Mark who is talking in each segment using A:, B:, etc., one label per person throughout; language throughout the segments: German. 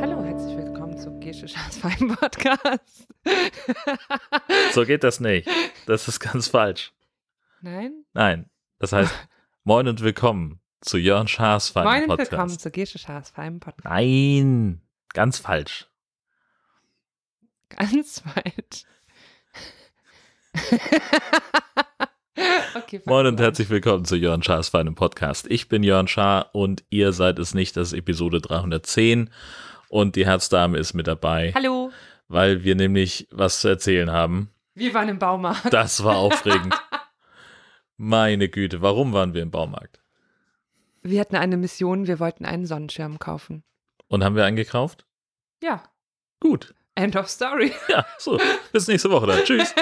A: Hallo, herzlich willkommen zu Gesche Schatzfein Podcast.
B: So geht das nicht. Das ist ganz falsch.
A: Nein?
B: Nein. Das heißt, moin und willkommen zu Jörn Schaas
A: Moin
B: Feinen
A: und willkommen
B: Podcast.
A: zu Gesche Schatzfein Podcast.
B: Nein. Ganz falsch.
A: Ganz weit. okay, fang
B: Moin
A: du
B: und
A: an.
B: herzlich willkommen zu Jörn Schaas Feinem Podcast. Ich bin Jörn Schaar und ihr seid es nicht, das ist Episode 310. Und die Herzdame ist mit dabei,
A: Hallo,
B: weil wir nämlich was zu erzählen haben.
A: wir waren im Baumarkt.
B: Das war aufregend. Meine Güte, warum waren wir im Baumarkt?
A: Wir hatten eine Mission, wir wollten einen Sonnenschirm kaufen.
B: Und haben wir eingekauft?
A: Ja,
B: Gut.
A: end of story.
B: Ja, so. Bis nächste Woche dann. Tschüss.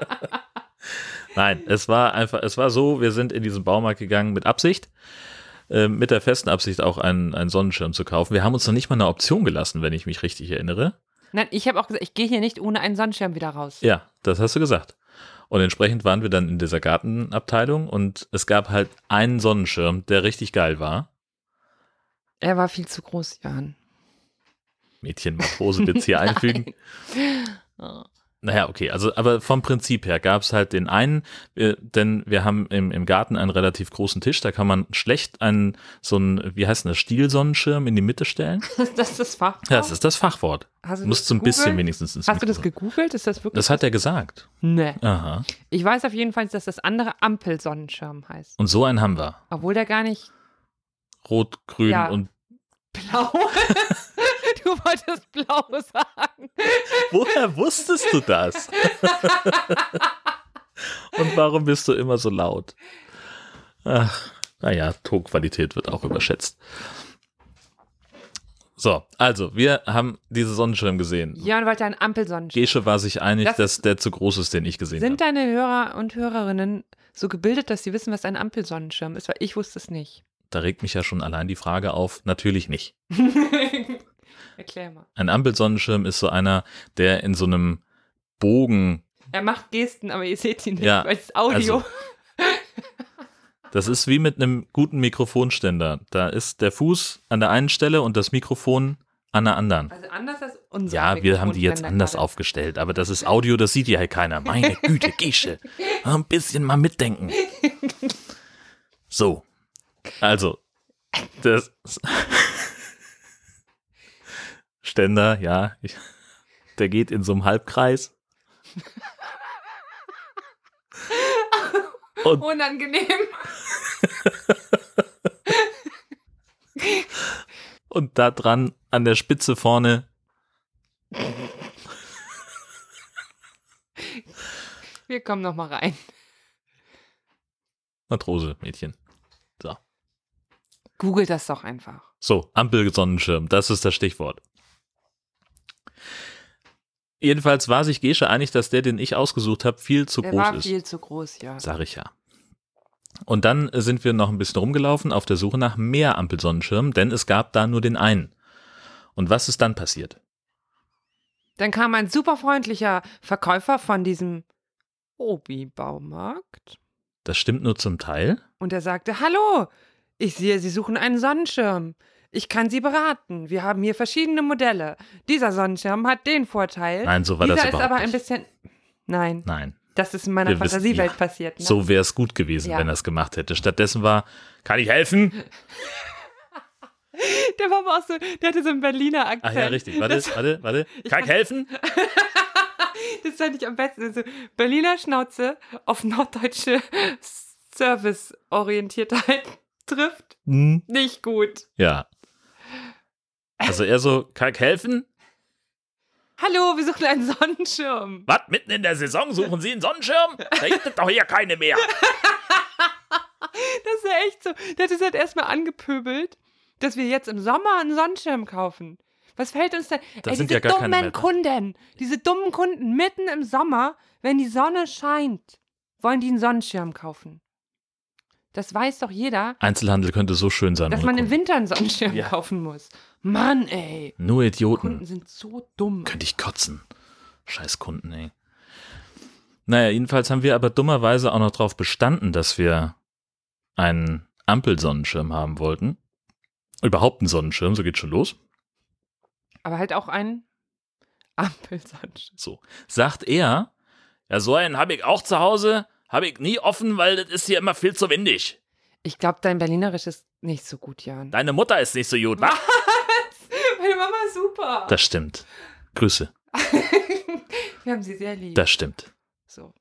B: Nein, es war einfach, es war so, wir sind in diesen Baumarkt gegangen mit Absicht, ähm, mit der festen Absicht auch einen, einen Sonnenschirm zu kaufen. Wir haben uns noch nicht mal eine Option gelassen, wenn ich mich richtig erinnere.
A: Nein, ich habe auch gesagt, ich gehe hier nicht ohne einen Sonnenschirm wieder raus.
B: Ja, das hast du gesagt. Und entsprechend waren wir dann in dieser Gartenabteilung und es gab halt einen Sonnenschirm, der richtig geil war.
A: Er war viel zu groß, Johann.
B: Mädchen, Matrosewitz hier einfügen.
A: Oh.
B: Naja, okay, also aber vom Prinzip her gab es halt den einen, äh, denn wir haben im, im Garten einen relativ großen Tisch, da kann man schlecht einen, so einen, wie heißt denn das, Stielsonnenschirm in die Mitte stellen.
A: Das ist das Fach.
B: Ja, das ist das Fachwort.
A: Hast
B: Du
A: du
B: musst
A: das
B: so ein bisschen
A: gegoogelt?
B: wenigstens ins
A: Hast du das
B: Mikro-
A: gegoogelt? Ist das wirklich?
B: Das hat er gesagt.
A: nee.
B: Aha.
A: Ich weiß auf jeden Fall, dass das andere Ampelsonnenschirm heißt.
B: Und so einen haben wir.
A: Obwohl der gar nicht
B: Rot, grün
A: Ja.
B: und
A: blau ist. Du wolltest blau sagen.
B: woher wusstest du das? und warum bist du immer so laut? Ach, naja, Tonqualität wird auch überschätzt. So, also, wir haben diese Sonnenschirm gesehen.
A: Jörn wollte einen Ampelsonnenschirm.
B: Gesche war sich einig,
A: Das-
B: dass der zu groß ist, den ich gesehen
A: Sind
B: habe.
A: deine Hörer und Hörerinnen so gebildet, dass sie wissen, was ein Ampelsonnenschirm ist? Weil ich wusste es nicht.
B: Da regt mich ja schon allein die Frage auf. Natürlich nicht.
A: Erklär mal.
B: Ein Ampelsonnenschirm ist so einer, der in so einem Bogen,
A: Er macht Gesten, aber ihr seht ihn nicht,
B: Ja,
A: weil es Audio.
B: also- das ist wie mit einem guten Mikrofonständer. Da ist der Fuß an der einen Stelle und das Mikrofon an der anderen.
A: Also anders als unser.
B: Ja, wir haben die jetzt
A: Mikrofonständer
B: anders
A: gerade.
B: aufgestellt, aber das ist Audio, das sieht ja halt keiner. Meine Güte, Gesche. Ein bisschen mal mitdenken. So. Also, das. Ständer, ja. Ich, der geht in so einem Halbkreis.
A: Unangenehm.
B: Und da dran an der Spitze vorne
A: Wir kommen nochmal rein.
B: Matrose, Mädchen.
A: Google das doch einfach.
B: So, Ampelsonnenschirm, das ist das Stichwort. Jedenfalls war sich Gesche einig, dass der, den ich ausgesucht habe, viel zu
A: Der
B: groß
A: war
B: ist.
A: viel zu groß, ja.
B: Sag ich ja. Und dann äh, sind wir noch ein bisschen rumgelaufen auf der Suche nach mehr Ampelsonnenschirmen, denn es gab da nur den einen. Und was ist dann passiert?
A: Dann kam ein super freundlicher Verkäufer von diesem Obi-Baumarkt
B: Das stimmt nur zum Teil.
A: und er sagte: Hallo, ich sehe, Sie suchen einen Sonnenschirm. Ich kann Sie beraten. Wir haben hier verschiedene Modelle. Dieser Sonnenschirm hat den Vorteil.
B: Nein, so war
A: Dieser
B: das
A: ist
B: überhaupt
A: aber ein
B: nicht.
A: bisschen. Nein,
B: Nein,
A: das ist in meiner
B: Wir wissen-
A: Fantasiewelt
B: ja.
A: passiert. Ne?
B: so wäre es gut gewesen,
A: Ja.
B: wenn er es gemacht hätte. Stattdessen war, kann ich helfen?
A: Der war aber auch so, der hatte so einen Berliner Akzent.
B: Ach Ah, ja, richtig. Warte,
A: Das,
B: warte, warte.
A: Ich
B: Kann ich
A: kann-
B: helfen?
A: das fand ich am besten. So Berliner Schnauze auf norddeutsche Serviceorientiertheit trifft.
B: Hm.
A: Nicht gut.
B: Ja. Also eher so, kann ich helfen?
A: Hallo, wir suchen einen Sonnenschirm.
B: Was? Mitten in der Saison suchen Sie einen Sonnenschirm? Da gibt es doch hier keine mehr.
A: Das ist ja echt so. Der hat es halt erstmal angepöbelt, dass wir jetzt im Sommer einen Sonnenschirm kaufen. Was fällt uns denn?
B: Da
A: Ey,
B: sind
A: diese
B: ja gar
A: dummen
B: keine mehr da.
A: Kunden, diese dummen Kunden mitten im Sommer, wenn die Sonne scheint, wollen die einen Sonnenschirm kaufen. Das weiß doch jeder,
B: Einzelhandel könnte so schön sein.
A: dass
B: ohne
A: man im
B: Kunden.
A: Winter einen Sonnenschirm
B: Ja.
A: kaufen muss. Mann, ey.
B: Nur Idioten.
A: Kunden sind so dumm.
B: Könnte ich kotzen. Scheiß Kunden, ey. Naja, jedenfalls haben wir aber dummerweise auch noch darauf bestanden, dass wir einen Ampelsonnenschirm haben wollten. Überhaupt einen Sonnenschirm, so geht schon los.
A: Aber halt auch ein Ampelsonnenschirm.
B: So. Sagt er, ja, so einen habe ich auch zu Hause, habe ich nie offen, weil das ist hier immer viel zu windig.
A: Ich glaube, dein Berlinerisch ist nicht so gut, Jan.
B: Deine Mutter ist nicht so gut, wa?
A: Meine Mama ist super.
B: Das stimmt. Grüße.
A: Wir haben sie sehr lieb.
B: Das stimmt.
A: so.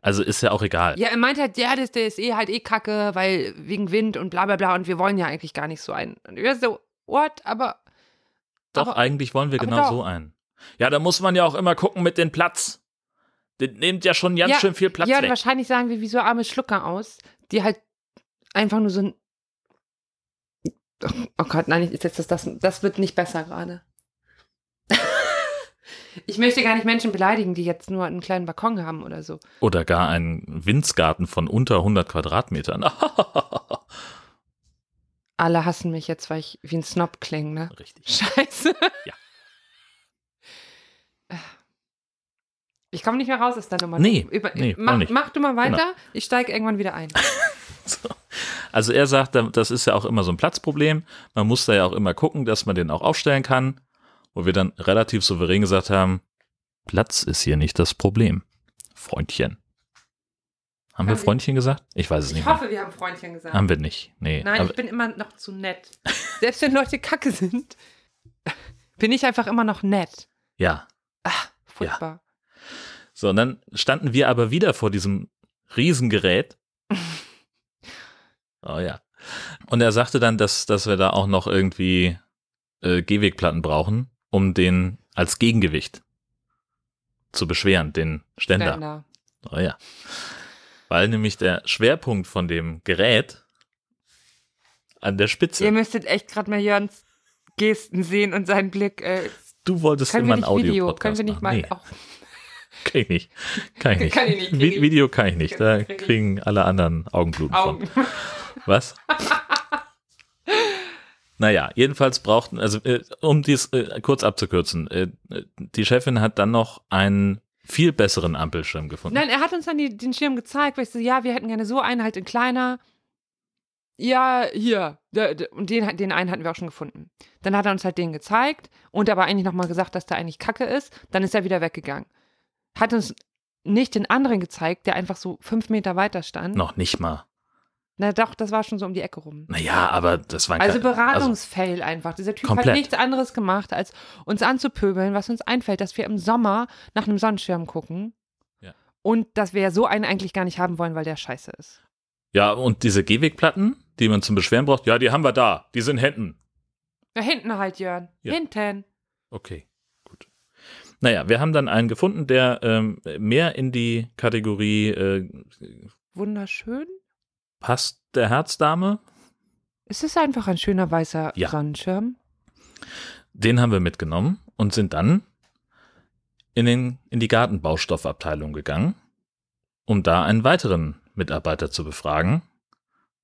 B: Also ist ja auch egal.
A: Ja, er meint halt, ja, das, das ist eh halt eh kacke, weil wegen Wind und bla bla bla und wir wollen ja eigentlich gar nicht so einen. Und wir so, what? Aber
B: doch,
A: aber-
B: eigentlich wollen wir
A: aber
B: genau
A: doch.
B: so einen. Ja, da muss man ja auch immer gucken mit dem Platz. Den nimmt ja schon ganz
A: Ja,
B: schön viel Platz
A: ja, und
B: weg.
A: wahrscheinlich sagen wir wie so arme Schlucker aus, die halt einfach nur so ein. Oh Gott, nein, ich, das, das, das, das wird nicht besser gerade. ich möchte gar nicht Menschen beleidigen, die jetzt nur einen kleinen Balkon haben oder so.
B: Oder gar einen Winzgarten von unter 100 Quadratmetern.
A: Alle hassen mich jetzt, weil ich wie ein Snob klinge, ne?
B: Richtig.
A: Scheiße. Ah.
B: Ja.
A: Ich komme nicht mehr raus aus der Nummer.
B: Nee,
A: Über,
B: nee, auch
A: mach,
B: nicht. Genau.
A: mach du mal weiter, ich steige irgendwann wieder ein.
B: So. Also er sagt, da- das ist ja auch immer so ein Platzproblem. Man muss da ja auch immer gucken, dass man den auch aufstellen kann. Wo wir dann relativ souverän gesagt haben, Platz ist hier nicht das Problem. Freundchen. Haben
A: Haben
B: wir
A: wir-
B: Freundchen gesagt? Ich weiß es
A: Ich
B: nicht mehr.
A: hoffe, wir haben Freundchen gesagt.
B: Haben wir nicht. Nee.
A: Nein,
B: Aber
A: ich bin immer noch zu nett. Selbst wenn Leute kacke sind, bin ich einfach immer noch nett.
B: ja.
A: Furchtbar.
B: So, und dann standen wir aber wieder vor diesem Riesengerät. Oh ja. Und er sagte dann, dass, dass wir da auch noch irgendwie äh, Gehwegplatten brauchen, um den als Gegengewicht zu beschweren, den Ständer.
A: Ständer.
B: Oh ja. Weil nämlich der Schwerpunkt von dem Gerät an der
A: Ihr
B: Spitze.
A: müsstet echt gerade mal Jörns Gesten sehen und seinen Blick. Äh,
B: Du wolltest
A: können
B: immer
A: wir
B: ein
A: nicht Video,
B: Audio-Podcast
A: können wir nicht mal.
B: machen. Nee.
A: Auch,
B: Kann ich nicht. Kann ich nicht.
A: Kann ich nicht, krieg
B: Vi-
A: ich.
B: Video kann ich nicht. Da
A: Krieg ich.
B: kriegen alle anderen Augenbluten von.
A: Augen.
B: Was? naja, jedenfalls brauchten, also äh, um dies äh, kurz abzukürzen, äh, äh, die Chefin hat dann noch einen viel besseren Ampelschirm gefunden.
A: Nein, er hat uns dann die, den Schirm gezeigt, weil ich so, ja, wir hätten gerne so einen, halt in kleiner. Ja, hier. Da- da- Und den, den einen hatten wir auch schon gefunden. Dann hat er uns halt den gezeigt und aber eigentlich nochmal gesagt, dass der eigentlich kacke ist. Dann ist er wieder weggegangen. Hat uns nicht den anderen gezeigt, der einfach so fünf Meter weiter stand.
B: Noch nicht mal.
A: Na doch, das war schon so um die Ecke rum.
B: Naja, aber das war ein
A: Also
B: klein-
A: Beratungsfail einfach. Dieser Typ
B: Komplett.
A: hat nichts anderes gemacht, als uns anzupöbeln, was uns einfällt, dass wir im Sommer nach einem Sonnenschirm gucken.
B: Ja.
A: Und dass wir ja so einen eigentlich gar nicht haben wollen, weil der scheiße ist.
B: ja, und diese Gehwegplatten, die man zum Beschweren braucht, ja, die haben wir da. Die sind hinten.
A: Da hinten halt, Jörn.
B: Ja.
A: Hinten.
B: Okay, gut. Naja, wir haben dann einen gefunden, der ähm, mehr in die Kategorie äh,
A: Wunderschön.
B: passt der Herzdame.
A: Es ist einfach ein schöner weißer
B: Ja.
A: Sonnenschirm.
B: Den haben wir mitgenommen und sind dann in, den, in die Gartenbaustoffabteilung gegangen, um da einen weiteren Mitarbeiter zu befragen,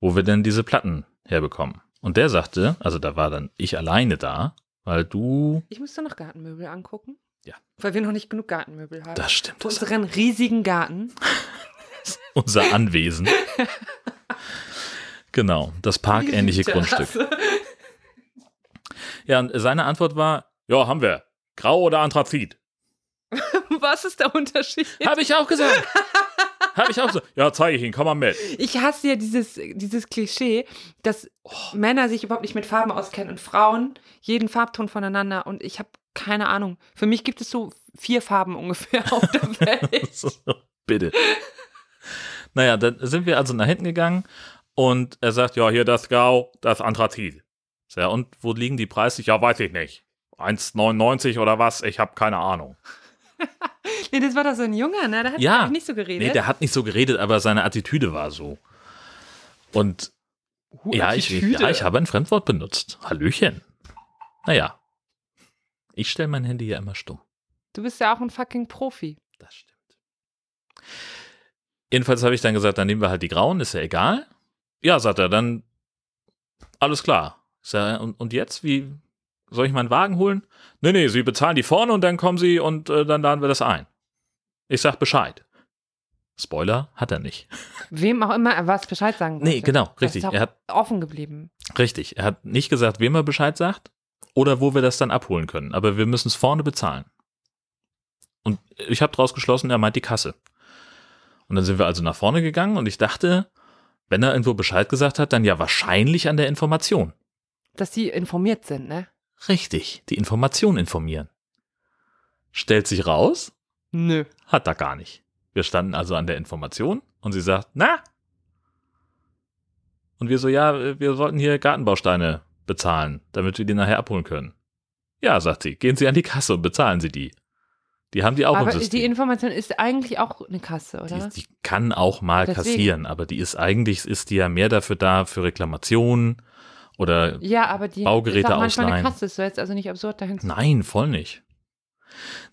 B: wo wir denn diese Platten herbekommen. Und der sagte, also da war dann ich alleine da, weil du.
A: Ich musste noch Gartenmöbel angucken.
B: Ja.
A: Weil wir noch nicht genug Gartenmöbel haben.
B: Das stimmt,
A: Für
B: das ist
A: unseren riesigen Garten.
B: unser Anwesen. genau, das parkähnliche
A: Riesenterrasse.
B: Grundstück. Ja, und seine Antwort war: Ja, haben wir. Grau oder Anthrazit?
A: Was ist der Unterschied?
B: Habe ich auch gesagt. Habe ich auch gesagt. Ja, zeige ich Ihnen, komm mal mit.
A: Ich hasse ja dieses, dieses Klischee, dass Männer sich überhaupt nicht mit Farben auskennen und Frauen jeden Farbton voneinander. Und ich habe keine Ahnung. Für mich gibt es so vier Farben ungefähr auf der Welt.
B: So, Bitte. Naja, dann sind wir also nach hinten gegangen und er sagt, ja, hier das Grau, das Anthrazit. So, Ja, und wo liegen die Preise? Ja, weiß ich nicht. 1,99 oder was? Ich habe keine Ahnung.
A: nee, das war doch so ein Junger, ne? Da hat
B: Ja.
A: er nicht so geredet.
B: Nee, der hat nicht so geredet, aber seine Attitüde war so. Und
A: Huh,
B: ja ich,
A: Attitüde.
B: ja, ich habe ein Fremdwort benutzt. Hallöchen. Naja. Ich stelle mein Handy ja immer stumm.
A: Du bist ja auch ein fucking Profi.
B: Das stimmt. Jedenfalls habe ich dann gesagt, dann nehmen wir halt die grauen, ist ja egal. Ja, sagt er, dann alles klar. Ich sag, und, und jetzt, wie soll ich meinen Wagen holen? Nee, nee, Sie bezahlen die vorne und dann kommen Sie und äh, dann laden wir das ein. Ich sag Bescheid. Spoiler hat er nicht.
A: Wem auch immer er was Bescheid sagen
B: Nee,
A: wollte.
B: genau,
A: Das ist
B: richtig.
A: auch
B: Er hat,
A: offen geblieben.
B: richtig. Er hat nicht gesagt, wem er Bescheid sagt oder wo wir das dann abholen können. Aber wir müssen es vorne bezahlen. Und ich habe daraus geschlossen, er meint die Kasse. Und dann sind wir also nach vorne gegangen und ich dachte, wenn er irgendwo Bescheid gesagt hat, dann ja wahrscheinlich an der Information.
A: Dass sie informiert sind, ne?
B: Richtig, die Information informieren. Stellt sich raus,
A: Nö.
B: hat er gar nicht. Wir standen also an der Information und sie sagt, na? Und wir so, ja, wir sollten hier Gartenbausteine bezahlen, damit wir die nachher abholen können. Ja, sagt sie, gehen Sie an die Kasse und bezahlen Sie die. Die haben die auch
A: Aber
B: im System.
A: die Information ist eigentlich auch eine Kasse,
B: Die,
A: oder?
B: ist- die kann auch mal
A: Deswegen.
B: kassieren, aber die ist eigentlich, ist die ja mehr dafür da, für Reklamationen oder
A: ja, aber die
B: Baugeräte
A: ist auch manchmal
B: ausleihen.
A: eine Kasse. Das wäre jetzt also nicht absurd dahin zu
B: Nein, voll nicht.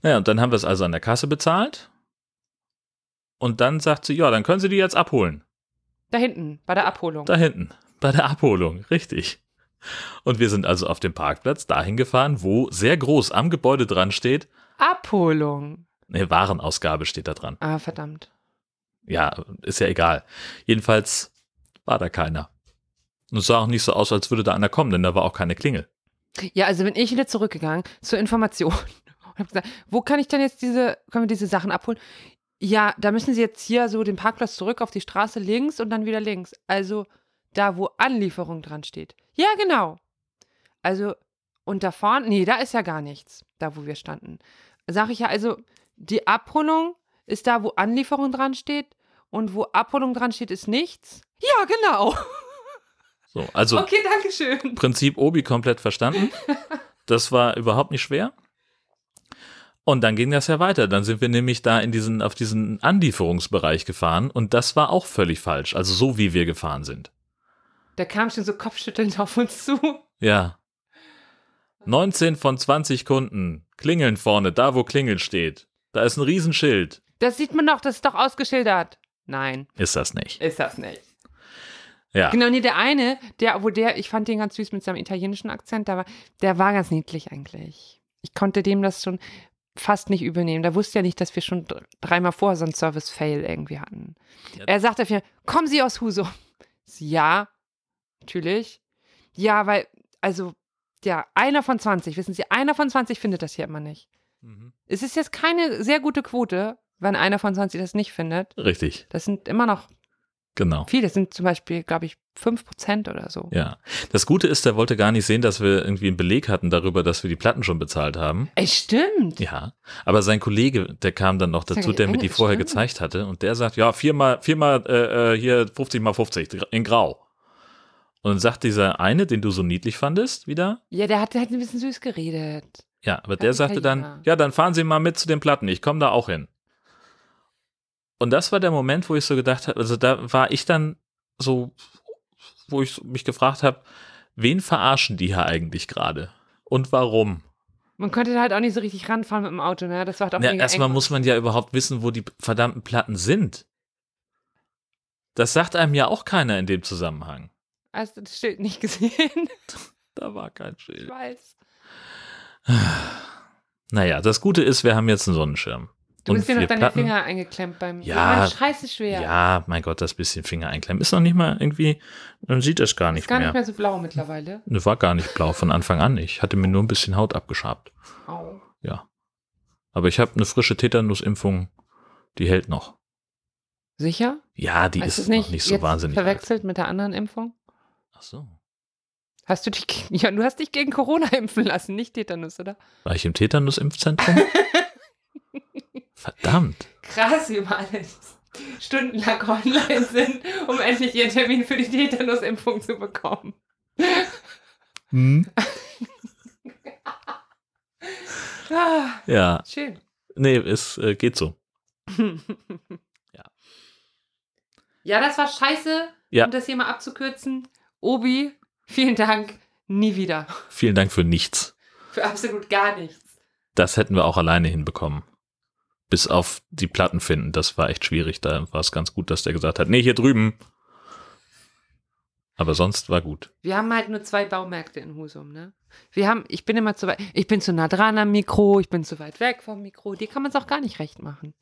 B: Naja, und dann haben wir es also an der Kasse bezahlt. Und dann sagt sie, ja, dann können Sie die jetzt abholen.
A: Da hinten, bei der Abholung.
B: Da hinten, bei der Abholung, richtig. Und wir sind also auf dem Parkplatz dahin gefahren, wo sehr groß am Gebäude dran steht,
A: Abholung.
B: ne, Warenausgabe steht da dran.
A: Ah, verdammt.
B: Ja, ist ja egal. Jedenfalls war da keiner. Und es sah auch nicht so aus, als würde da einer kommen, denn da war auch keine Klingel.
A: Ja, also bin ich wieder zurückgegangen zur Information und habe gesagt, wo kann ich denn jetzt diese, können wir diese Sachen abholen? Ja, da müssen Sie jetzt hier so den Parkplatz zurück auf die Straße links und dann wieder links. Also da, wo Anlieferung dran steht. Ja, genau. Also, und da vorne, nee, da ist ja gar nichts, da wo wir standen. Sag ich ja, also die Abholung ist da, wo Anlieferung dran steht und wo Abholung dran steht, ist nichts. Ja, genau.
B: So, also
A: Okay, danke schön.
B: Prinzip Obi komplett verstanden. Das war überhaupt nicht schwer. Und dann ging das ja weiter. Dann sind wir nämlich da in diesen, auf diesen Anlieferungsbereich gefahren und das war auch völlig falsch. Also so wie wir gefahren sind.
A: Der kam schon so kopfschüttelnd auf uns zu.
B: Ja. 19 von 20 Kunden klingeln vorne, da wo Klingeln steht. Da ist ein Riesenschild.
A: Das sieht man doch, das ist doch ausgeschildert. Nein,
B: Ist das nicht?
A: ist das nicht.
B: Ja.
A: Genau, nee, der eine, der, wo der, ich fand den ganz süß mit seinem italienischen Akzent, der war, der war ganz niedlich eigentlich. Ich konnte dem das schon fast nicht übel nehmen. Der wusste ja nicht, dass wir schon dr- dreimal vorher so einen Service-Fail irgendwie hatten.
B: Ja.
A: Er sagte mir, kommen Sie aus Husum? Ich so, Ja, natürlich. Ja, weil, also, ja, einer von 20, wissen Sie, einer von 20 findet das hier immer nicht.
B: Mhm.
A: Es ist jetzt keine sehr gute Quote, wenn einer von 20 das nicht findet.
B: Richtig,
A: Das sind immer noch
B: genau.
A: viele. Das sind zum Beispiel, glaube ich, 5% oder so.
B: Ja. Das Gute ist, der wollte gar nicht sehen, dass wir irgendwie einen Beleg hatten darüber, dass wir die Platten schon bezahlt haben.
A: Ey, stimmt.
B: Ja, aber sein Kollege, der kam dann noch
A: Ist ja
B: dazu, der mir die
A: eigentlich
B: vorher
A: stimmt.
B: gezeigt hatte und der sagt, ja, viermal, viermal äh, äh, hier 50 mal 50 in Grau. Und dann sagt dieser eine, den du so niedlich fandest, wieder,
A: Ja, der hat, der hat ein bisschen süß geredet.
B: ja, aber
A: Ganz
B: der sagte dann,
A: Italiener.
B: ja, dann fahren Sie mal mit zu den Platten, ich komme da auch hin. Und das war der Moment, wo ich so gedacht habe, also da war ich dann so, wo ich mich gefragt habe, wen verarschen die hier eigentlich gerade und warum?
A: Man konnte da halt auch nicht so richtig ranfahren mit dem Auto, ne? Das war halt auch
B: Ja,
A: mega
B: erstmal
A: eng.
B: muss man ja überhaupt wissen, wo die verdammten Platten sind. Das sagt einem ja auch keiner in dem Zusammenhang.
A: Hast du das Schild nicht gesehen?
B: Da war kein
A: ich
B: Schild.
A: weiß.
B: Naja, das Gute ist, wir haben jetzt einen Sonnenschirm.
A: Du bist dir noch
B: vier
A: deine
B: Platten.
A: Finger eingeklemmt beim.
B: Ja.
A: Die waren scheiße schwer.
B: Ja, mein Gott, das bisschen Finger einklemmen. Ist noch nicht mal irgendwie, man sieht das gar nicht
A: Ist gar
B: mehr.
A: nicht mehr so blau mittlerweile.
B: Das Ne, war gar nicht blau von Anfang an. Ich hatte mir nur ein bisschen Haut abgeschabt.
A: Au.
B: Ja. Aber ich habe eine frische Tetanusimpfung, die hält noch.
A: Sicher?
B: Ja, die
A: Hast du's
B: ist noch nicht so
A: jetzt
B: wahnsinnig. alt.
A: Verwechselt mit der anderen Impfung?
B: Ach so.
A: Hast du dich gegen, ja, du hast dich gegen Corona impfen lassen, nicht Tetanus, oder?
B: War ich im Tetanus-Impfzentrum? Verdammt.
A: Krass, wie wir alle stundenlang online sind, um endlich ihren Termin für die Tetanusimpfung zu bekommen. Ah,
B: Ja,
A: schön.
B: nee, es äh, geht so. Ja.
A: Ja, das war scheiße,
B: Ja.
A: um das hier mal abzukürzen. Obi, vielen Dank. Nie wieder.
B: Vielen Dank für nichts.
A: Für absolut gar nichts.
B: Das hätten wir auch alleine hinbekommen. Bis auf die Platten finden, das war echt schwierig. Da war es ganz gut, dass der gesagt hat, nee, hier drüben. Aber sonst war gut.
A: Wir haben halt nur zwei Baumärkte in Husum, ne? Wir haben, ich bin immer zu weit, ich bin zu nah dran am Mikro, ich bin zu weit weg vom Mikro. Dir kann man es auch gar nicht recht machen.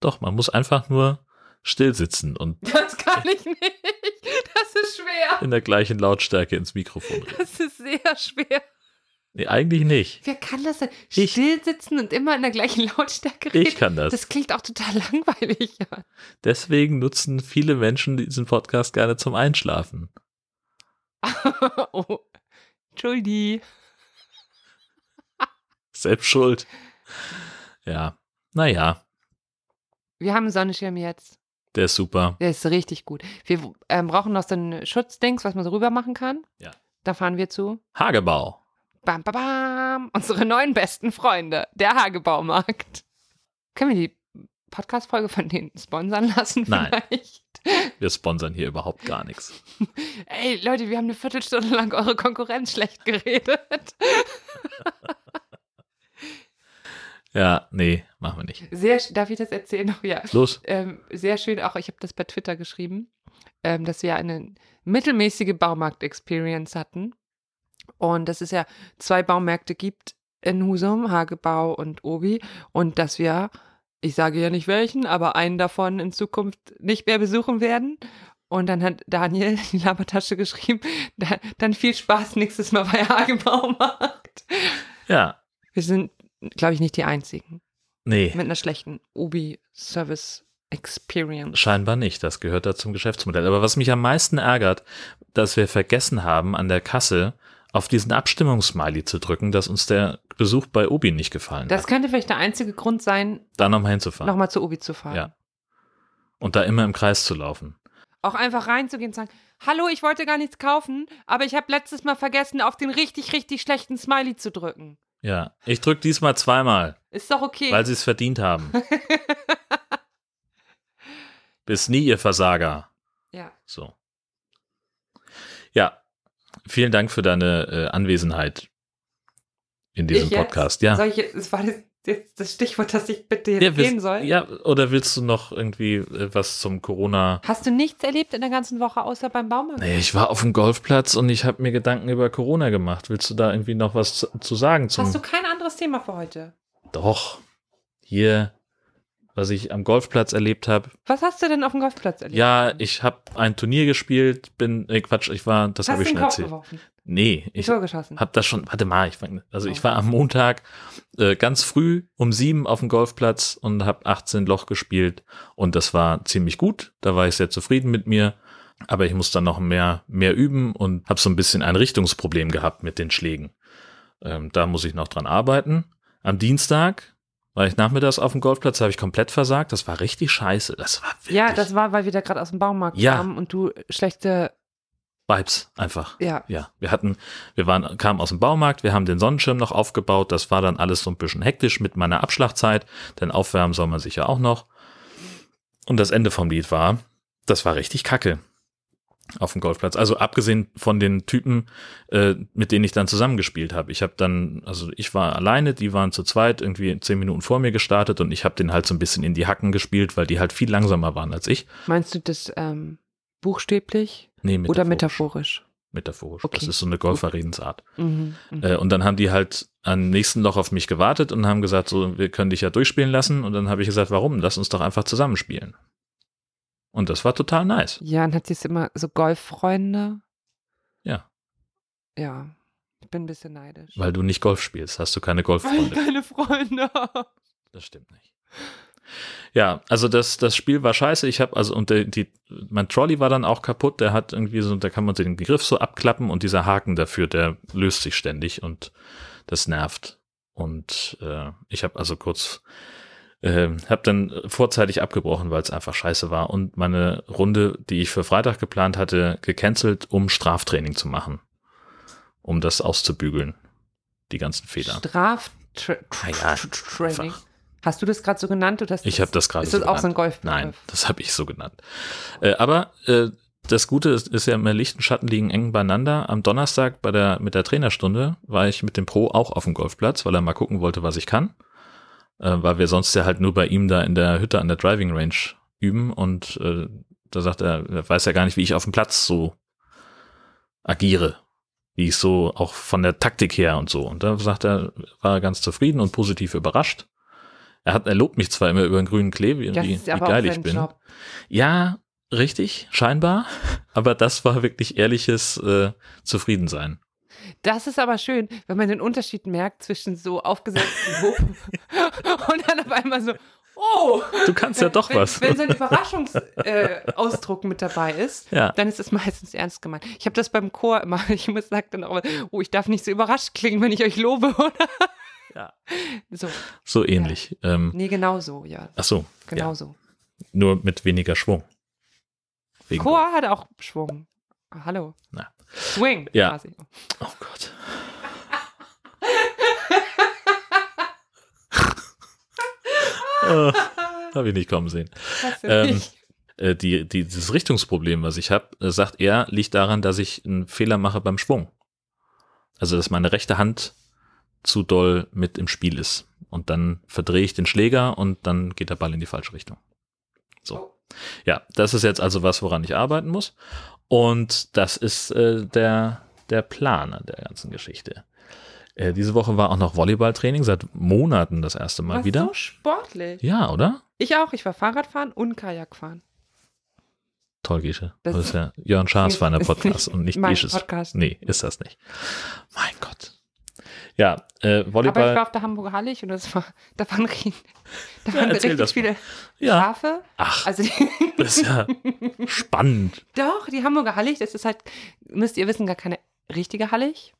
B: Doch, man muss einfach nur still sitzen und
A: Das kann ich nicht. Das ist schwer.
B: in der gleichen Lautstärke ins Mikrofon reden.
A: Das ist sehr schwer.
B: Nee, eigentlich nicht.
A: Wer kann das denn?
B: Ich.
A: Still sitzen und immer in der gleichen Lautstärke reden?
B: Ich kann das.
A: Das klingt auch total langweilig. Ja.
B: Deswegen nutzen viele Menschen diesen Podcast gerne zum Einschlafen.
A: Oh. Entschuldi.
B: Selbst schuld. Ja, naja,
A: Wir haben einen Sonnenschirm jetzt.
B: der ist super.
A: Der ist richtig gut. Wir ähm, brauchen noch so ein Schutzdings, was man so rüber machen kann.
B: Ja.
A: Da fahren wir zu.
B: Hagebau.
A: Bam, bam, bam. Unsere neuen besten Freunde. Der Hagebaumarkt. Können wir die Podcast-Folge von denen sponsern lassen?
B: Nein.
A: Vielleicht?
B: Wir sponsern hier überhaupt gar nichts.
A: Ey, Leute, wir haben eine Viertelstunde lang eure Konkurrenz schlecht geredet.
B: Ja, nee, machen wir nicht.
A: Sehr, sch- darf ich das erzählen? Oh, ja.
B: Los.
A: Ähm, sehr schön auch, ich habe das bei Twitter geschrieben, ähm, dass wir eine mittelmäßige Baumarkt-Experience hatten. Und dass es ja zwei Baumärkte gibt in Husum, Hagebau und Obi. Und dass wir, ich sage ja nicht welchen, aber einen davon in Zukunft nicht mehr besuchen werden. Und dann hat Daniel in die Labertasche geschrieben, da, dann viel Spaß nächstes Mal bei Hagebaumarkt.
B: Ja,
A: Wir sind, glaube ich, nicht die Einzigen
B: nee,
A: mit einer schlechten Obi-Service-Experience.
B: scheinbar nicht. Das gehört da zum Geschäftsmodell. Aber was mich am meisten ärgert, dass wir vergessen haben, an der Kasse auf diesen Abstimmungssmiley zu drücken, dass uns der Besuch bei Obi nicht gefallen
A: Das
B: hat.
A: könnte vielleicht der einzige Grund sein,
B: Da nochmal hinzufahren.
A: nochmal zu Obi zu fahren.
B: Ja. Und da immer im Kreis zu laufen.
A: Auch einfach reinzugehen und sagen, hallo, ich wollte gar nichts kaufen, aber ich habe letztes Mal vergessen, auf den richtig, richtig schlechten Smiley zu drücken.
B: Ja, ich drücke diesmal zweimal,
A: Ist doch okay.
B: weil sie es verdient haben. Bis nie, ihr Versager.
A: ja.
B: So. Ja, vielen Dank für deine äh, Anwesenheit in diesem
A: Ich jetzt?
B: Podcast. Ja.
A: Soll ich jetzt, das war das, jetzt das Stichwort, dass ich bitte jetzt
B: ja, willst-
A: gehen soll.
B: ja, oder willst du noch irgendwie äh, was zum Corona?
A: Hast du nichts erlebt in der ganzen Woche außer beim Baumarkt?
B: Nee, ich war auf dem Golfplatz und ich habe mir Gedanken über Corona gemacht. Willst du da irgendwie noch was zu, zu sagen? Zum
A: Hast du kein anderes Thema für heute?
B: Doch. Hier, was ich am Golfplatz erlebt habe.
A: Was hast du denn auf dem Golfplatz erlebt?
B: Ja, ich habe ein Turnier gespielt, bin, nee, Quatsch, ich war, das
A: hast
B: habe
A: du
B: ich
A: den
B: schon
A: Kopf
B: erzählt.
A: geworfen?
B: Nee, ich
A: Tor geschossen.
B: habe das schon, warte mal, ich fang, also ich
A: Oh.
B: war am Montag äh, ganz früh um sieben auf dem Golfplatz und habe 18 Loch gespielt und das war ziemlich gut, da war ich sehr zufrieden mit mir, aber ich muss dann noch mehr, mehr üben und habe so ein bisschen ein Richtungsproblem gehabt mit den Schlägen. Ähm, da muss ich noch dran arbeiten. Am Dienstag war ich nachmittags auf dem Golfplatz, habe ich komplett versagt, das war richtig scheiße, das war wirklich
A: Ja, das war, weil wir da gerade aus dem Baumarkt
B: Ja.
A: kamen und du schlechte,
B: Vibes einfach.
A: ja,
B: Ja, wir hatten, wir waren, kamen aus dem Baumarkt, wir haben den Sonnenschirm noch aufgebaut, das war dann alles so ein bisschen hektisch mit meiner Abschlagzeit, denn aufwärmen soll man sich ja auch noch. Und das Ende vom Lied war, das war richtig kacke auf dem Golfplatz. Also abgesehen von den Typen, äh, mit denen ich dann zusammengespielt habe. Ich habe dann, also ich war alleine, die waren zu zweit, irgendwie zehn Minuten vor mir gestartet und ich habe den halt so ein bisschen in die Hacken gespielt, weil die halt viel langsamer waren als ich.
A: Meinst du das ähm, buchstäblich
B: Nee,
A: oder metaphorisch?
B: Metaphorisch.
A: Okay.
B: Das ist so eine Golferredensart.
A: Mhm. mhm.
B: Äh, und dann haben die halt am nächsten Loch auf mich gewartet und haben gesagt, so, wir können dich ja durchspielen lassen. Und dann habe ich gesagt, warum? Lass uns doch einfach zusammenspielen. Und das war total nice.
A: ja, und hat sie es immer so Golffreunde?
B: Ja.
A: Ja, ich bin ein bisschen neidisch.
B: Weil du nicht Golf spielst, hast du keine
A: Weil ich
B: Golffreunde.
A: keine Freunde habe.
B: Das stimmt nicht. Ja, also das, das Spiel war scheiße. Ich habe also und der, die, mein Trolley war dann auch kaputt. Der hat irgendwie so, da kann man den Griff so abklappen und dieser Haken dafür, der löst sich ständig und das nervt. Und äh, ich habe also kurz, äh, habe dann vorzeitig abgebrochen, weil es einfach scheiße war und meine Runde, die ich für Freitag geplant hatte, gecancelt, um Straftraining zu machen, um das auszubügeln, die ganzen Fehler. Ah Ja,
A: Straftraining.
B: einfach.
A: Hast du das gerade so genannt? Oder ist
B: Ich
A: das-
B: habe das gerade
A: Ist das
B: so
A: auch so ein
B: genannt.
A: Golfbegriff?
B: Nein, das habe ich so genannt. Äh, aber äh, das Gute ist, ist ja immer Licht und Schatten liegen eng beieinander. Am Donnerstag bei der, mit der Trainerstunde war ich mit dem Pro auch auf dem Golfplatz, weil er mal gucken wollte, was ich kann. Äh, weil wir sonst ja halt nur bei ihm da in der Hütte an der Driving Range üben und äh, da sagt er, er weiß ja gar nicht, wie ich auf dem Platz so agiere. Wie ich so auch von der Taktik her und so. Und da sagt er, war er ganz zufrieden und positiv überrascht. Er, hat, er lobt mich zwar immer über den grünen Klee, wie,
A: Das
B: wie,
A: ist
B: wie
A: aber auch
B: geil ich
A: sein
B: bin.
A: Job.
B: Ja, richtig, scheinbar. Aber das war wirklich ehrliches äh, Zufriedensein.
A: Das ist aber schön, wenn man den Unterschied merkt zwischen so aufgesetzten Lob und dann auf einmal so, oh,
B: Du kannst ja doch
A: wenn,
B: was.
A: Wenn so ein Überraschungsausdruck äh, Ausdruck mit dabei ist,
B: Ja.
A: dann ist es meistens ernst gemeint. Ich habe das beim Chor immer. Ich muss sagen dann auch, immer, oh, ich darf nicht so überrascht klingen, wenn ich euch lobe, oder?
B: Ja.
A: So,
B: So ähnlich. Ähm,
A: nee, genau so, ja.
B: ach so,
A: Genau so.
B: nur mit weniger Schwung. Wegen-
A: Chor hat auch Schwung. Ah, Hallo.
B: Na.
A: Swing.
B: Ja.
A: Quasi.
B: Oh Gott. äh, Habe ich nicht kommen sehen.
A: Weißt du
B: Ähm,
A: nicht?
B: Äh, die, die, dieses Richtungsproblem, was ich habe, äh, sagt er, liegt daran, dass ich einen Fehler mache beim Schwung. Also, dass meine rechte Hand zu doll mit im Spiel ist. Und dann verdrehe ich den Schläger und dann geht der Ball in die falsche Richtung. So. Ja, das ist jetzt also was, woran ich arbeiten muss. Und das ist äh, der, der Plan an der ganzen Geschichte. Äh, diese Woche war auch noch Volleyballtraining, seit Monaten das erste Mal
A: Warst
B: wieder.
A: so sportlich.
B: Ja, oder?
A: Ich auch. Ich war Fahrradfahren und Kajakfahren.
B: Toll, Gesche.
A: Das
B: Das, ist ja Jörn Schaas
A: ist-
B: feiner
A: ist
B: Podcast
A: nicht
B: und nicht
A: mein
B: Gesches.
A: Podcast.
B: Nee, ist das nicht. Mein Gott. Ja,
A: Aber
B: äh,
A: ich war
B: Volleyball.
A: auf der Hamburger Hallig und das war, da waren, ri- da waren
B: erzähl
A: richtig
B: das mal.
A: viele
B: Ja,
A: Schafe.
B: ach,
A: Also die,
B: das ist ja spannend.
A: Doch, die Hamburger Hallig, das ist halt, müsst ihr wissen, gar keine richtige Hallig.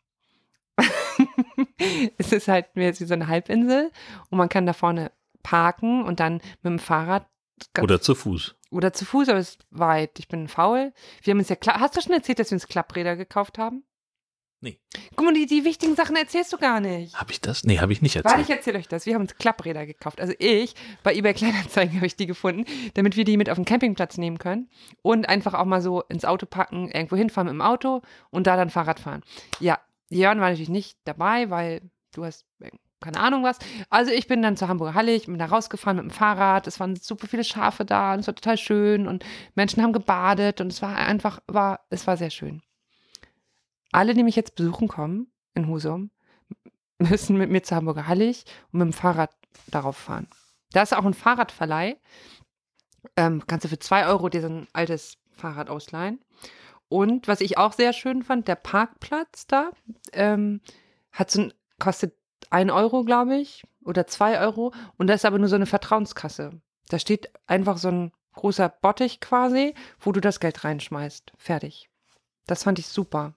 A: es ist halt mehr wie so eine Halbinsel und man kann da vorne parken und dann mit dem Fahrrad ganz-
B: Oder zu Fuß.
A: oder zu Fuß, aber es ist weit. Ich bin faul. Wir haben uns ja Kla Hast du schon erzählt, dass wir uns Klappräder gekauft haben?
B: Nee.
A: Guck mal, die, die wichtigen Sachen erzählst du gar nicht.
B: Habe ich das? Nee, habe ich nicht
A: Warte,
B: erzählt.
A: ich erzähle euch das. Wir haben uns Klappräder gekauft. Also ich, bei eBay Kleinanzeigen habe ich die gefunden, damit wir die mit auf den Campingplatz nehmen können und einfach auch mal so ins Auto packen, irgendwo hinfahren mit dem Auto und da dann Fahrrad fahren. Ja, Jörn war natürlich nicht dabei, weil du hast äh, keine Ahnung was. Also ich bin dann zur Hamburger Hallig, bin da rausgefahren mit dem Fahrrad. Es waren super viele Schafe da und es war total schön und Menschen haben gebadet und es war einfach, war, es war sehr schön. Alle, die mich jetzt besuchen kommen in Husum, müssen mit mir zur Hamburger Hallig und mit dem Fahrrad darauf fahren. Da ist auch ein Fahrradverleih. Ähm, kannst du für 2 Euro dir so ein altes Fahrrad ausleihen. Und was ich auch sehr schön fand, der Parkplatz da ähm, hat so ein, kostet 1 Euro, glaube ich, oder 2 Euro. Und da ist aber nur so eine Vertrauenskasse. Da steht einfach so ein großer Bottich quasi, wo du das Geld reinschmeißt. Fertig. Das fand ich super.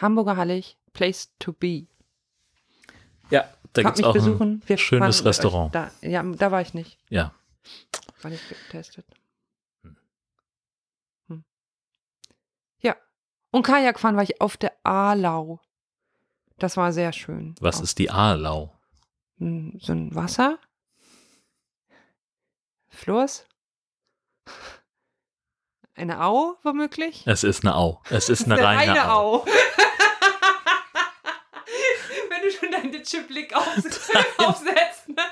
A: Hamburger Hallig, place to be.
B: Ja, da
A: Kommt
B: gibt's
A: mich
B: auch ein,
A: besuchen. Wir
B: schönes
A: fahren mit euch.
B: Restaurant.
A: Da, ja, da war ich nicht.
B: ja,
A: War nicht getestet. Hm. Ja. Und Kajakfahren war ich auf der Aalau. Das war sehr schön.
B: was
A: Auch
B: ist die Aalau?
A: ein- So ein Wasser. Fluss. Eine Au, womöglich.
B: Es ist eine Au. Es ist eine, reine, Au.
A: Au. Wenn du schon deinen Ditsche-Blick aufs- aufsetzt. ne?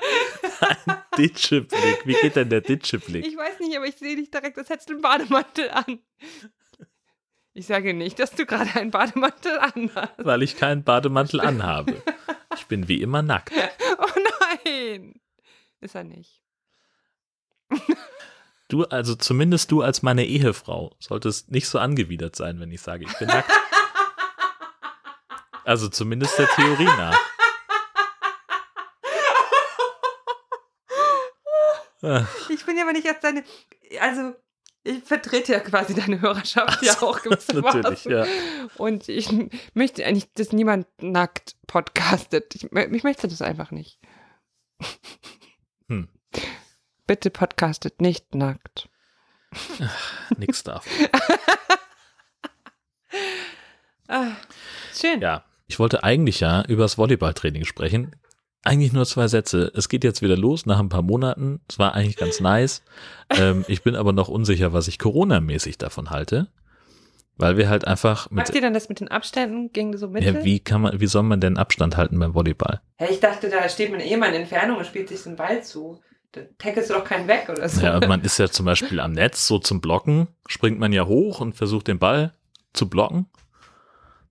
B: Ditscheblick. Wie geht denn der Ditscheblick?
A: Ich weiß nicht, aber ich sehe dich direkt, als hättest du einen Bademantel an. Ich sage nicht, dass du gerade einen Bademantel an hast.
B: Weil ich keinen Bademantel anhabe. Ich bin wie immer nackt.
A: Oh nein! Ist er nicht.
B: Du, also zumindest du als meine Ehefrau, solltest nicht so angewidert sein, wenn ich sage, ich bin nackt. Also zumindest der Theorie nach. Äh,
A: Ich bin ja aber nicht als deine. Also, ich vertrete ja quasi deine Hörerschaft ja auch gewissermaßen.
B: Natürlich, ja.
A: Und ich möchte eigentlich, dass niemand nackt podcastet. Ich, mö- ich möchte das einfach nicht.
B: Hm.
A: Bitte podcastet nicht nackt.
B: Nix davon.
A: Ah, schön.
B: Ja, ich wollte eigentlich ja über das Volleyballtraining sprechen. Eigentlich nur zwei Sätze. Es geht jetzt wieder los nach ein paar Monaten. Es war eigentlich ganz nice. Ähm, ich bin aber noch unsicher, was ich Corona-mäßig davon halte. Weil wir halt einfach mit.
A: Macht ihr dann das mit den Abständen? Ging so mit?
B: Ja, wie, kann man, wie soll man denn Abstand halten beim Volleyball?
A: Hey, ich dachte, da steht man eh mal in Entfernung und spielt sich den Ball zu. Dann tackelst du doch keinen weg oder so.
B: Ja, man ist ja zum Beispiel am Netz, so zum Blocken, springt man ja hoch und versucht den Ball zu blocken.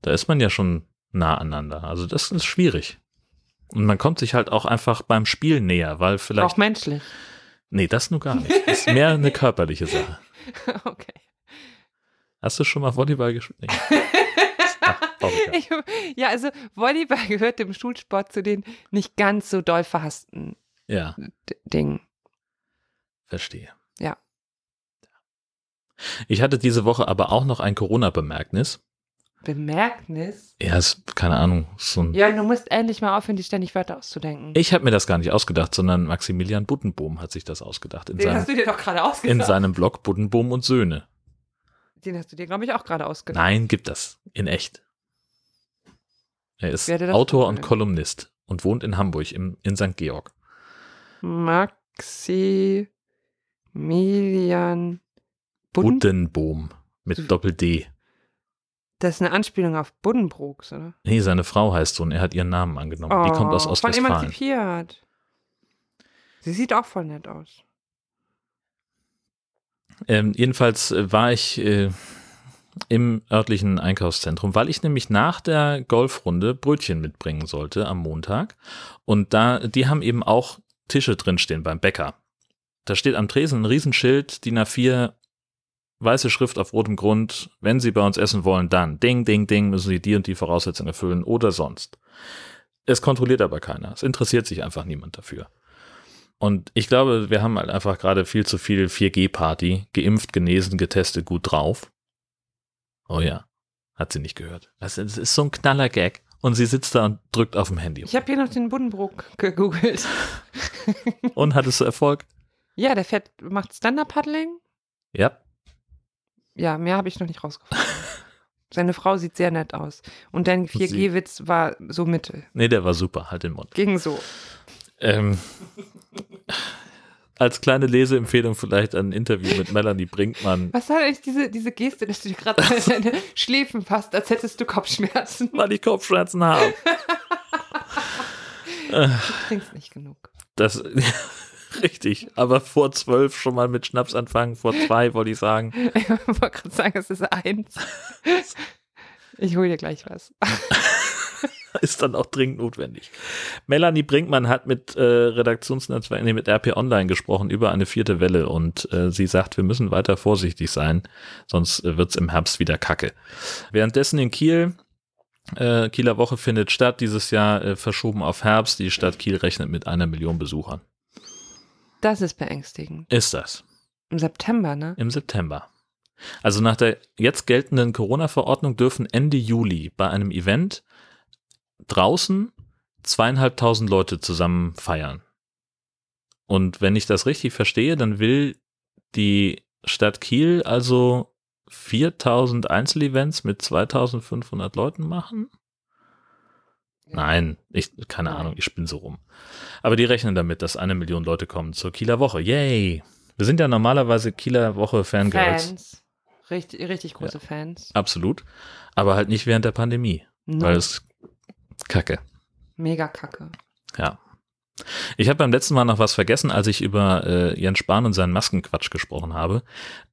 B: Da ist man ja schon nah aneinander. Also das ist schwierig. Und man kommt sich halt auch einfach beim Spiel näher, weil vielleicht.
A: Auch menschlich.
B: Nee, das nur gar nicht. Das ist mehr eine körperliche Sache.
A: okay.
B: Hast du schon mal Volleyball gespielt? Nee. Ach, auch egal.
A: Ich, ja, also Volleyball gehört dem Schulsport zu den nicht ganz so doll verhassten
B: ja,
A: D Dingen.
B: verstehe.
A: Ja.
B: Ich hatte diese Woche aber auch noch ein Corona-Bemerknis.
A: Bemerknis?
B: Ja, ist, keine Ahnung, so ein
A: Ja, du musst endlich mal aufhören, die ständig Wörter auszudenken.
B: Ich habe mir das gar nicht ausgedacht, sondern Maximilian Buddenboom hat sich das ausgedacht in,
A: den
B: seinem,
A: hast du dir doch gerade
B: in
A: ausgedacht.
B: seinem Blog Buddenboom und Söhne.
A: Den hast du dir, glaube ich, auch gerade ausgedacht.
B: Nein, gibt das. In echt. Er ist
A: Werde das
B: Autor und
A: googeln.
B: Kolumnist und wohnt in Hamburg, im, in St. Georg.
A: Maximilian Budden. Hm.
B: Buddenboom mit Doppel-D.
A: Das ist eine Anspielung auf Buddenbrooks, oder?
B: Nee, seine Frau heißt so und er hat ihren Namen angenommen. Die kommt aus
A: Oh, Von
B: Ostwestfalen.
A: emanzipiert. Sie sieht auch voll nett aus.
B: Ähm, jedenfalls äh, war ich äh, im örtlichen Einkaufszentrum, weil ich nämlich nach der Golfrunde Brötchen mitbringen sollte am Montag. Und da, die haben eben auch Tische drinstehen beim Bäcker. Da steht am Tresen ein Riesenschild, DIN A4, weiße Schrift auf rotem Grund. Wenn Sie bei uns essen wollen, dann ding, ding, ding, müssen Sie die und die Voraussetzungen erfüllen oder sonst. Es kontrolliert aber keiner. Es interessiert sich einfach niemand dafür. Und ich glaube, wir haben halt einfach gerade viel zu viel 4G-Party, geimpft, genesen, getestet, gut drauf. Oh ja, hat sie nicht gehört. Das ist, das ist so ein knaller Gag. Und sie sitzt da und drückt auf dem Handy.
A: Ich habe hier noch den Buddenbrook gegoogelt.
B: Und hattest du Erfolg?
A: ja, der fährt, macht Stand-Up-Paddling.
B: Ja.
A: Ja, mehr habe ich noch nicht rausgefunden. Seine Frau sieht sehr nett aus. Und dein
B: sie-
A: 4G-Witz war so mittel.
B: Nee, der war super. Halt den Mund.
A: Ging so.
B: Ähm, als kleine Leseempfehlung vielleicht ein Interview mit Melanie Brinkmann,
A: Was hat eigentlich diese, diese Geste, dass du dir gerade an deine Schläfen passt, als hättest du Kopfschmerzen?
B: weil ich Kopfschmerzen habe.
A: Du trinkst nicht genug.
B: Das richtig. Aber vor zwölf schon mal mit Schnaps anfangen, vor zwei wollte ich sagen.
A: Ich wollte gerade sagen, es ist eins. Ich hole dir gleich was.
B: ist dann auch dringend notwendig. Melanie Brinkmann hat mit äh, Redaktionsnetzwerk, nee, mit RP Online gesprochen über eine vierte Welle und äh, sie sagt, wir müssen weiter vorsichtig sein, sonst äh, wird's im Herbst wieder kacke. Währenddessen in Kiel, äh, Kieler Woche findet statt, dieses Jahr äh, verschoben auf Herbst. Die Stadt Kiel rechnet mit einer Million Besuchern.
A: Das ist beängstigend.
B: Ist das
A: Im September, ne?
B: im September? Also nach der jetzt geltenden Corona-Verordnung dürfen Ende Juli bei einem Event draußen zweieinhalbtausend Leute zusammen feiern. Und wenn ich das richtig verstehe, dann will die Stadt Kiel also 4000 Einzelevents mit 2500 Leuten machen? Nein, ich, keine
A: Nein.
B: Ahnung, ich bin so rum. Aber die rechnen damit, dass eine Million Leute kommen zur Kieler Woche. Yay! Wir sind ja normalerweise Kieler Woche Fangirls.
A: Fans. Richtig, richtig große Fans.
B: Absolut. Aber halt nicht während der Pandemie,
A: No.
B: weil es kacke.
A: Mega kacke.
B: Ja. Ich habe beim letzten Mal noch was vergessen, als ich über äh, Jens Spahn und seinen Maskenquatsch gesprochen habe.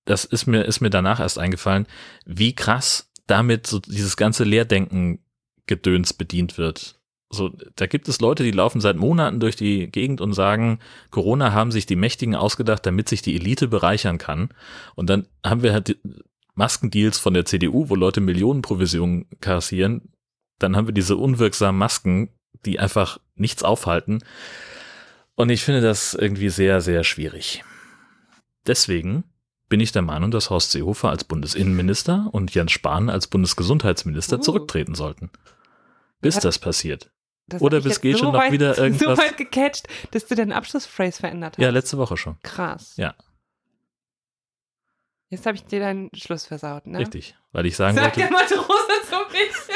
B: Das ist mir, ist mir danach erst eingefallen, wie krass damit so dieses ganze Lehrdenken-Gedöns bedient wird. So, da gibt es Leute, die laufen seit Monaten durch die Gegend und sagen, Corona haben sich die Mächtigen ausgedacht, damit sich die Elite bereichern kann. Und dann haben wir halt die Maskendeals von der CDU, wo Leute Millionenprovisionen kassieren. Dann haben wir diese unwirksamen Masken, die einfach nichts aufhalten. Und ich finde das irgendwie sehr, sehr schwierig. Deswegen bin ich der Meinung, dass Horst Seehofer als Bundesinnenminister und Jens Spahn als Bundesgesundheitsminister
A: Uh.
B: zurücktreten sollten. Bis
A: Hat-
B: das passiert.
A: Das
B: Oder
A: hab ich
B: bis
A: jetzt
B: geht schon noch
A: weit-
B: wieder irgendwas-
A: So weit gecatcht, dass du deinen Abschlussphrase verändert hast.
B: Ja, letzte Woche schon.
A: Krass.
B: Ja.
A: Jetzt habe ich dir deinen Schluss versaut, ne?
B: Richtig. Weil ich sagen
A: Sag
B: wollte,
A: der Matrose zu mich.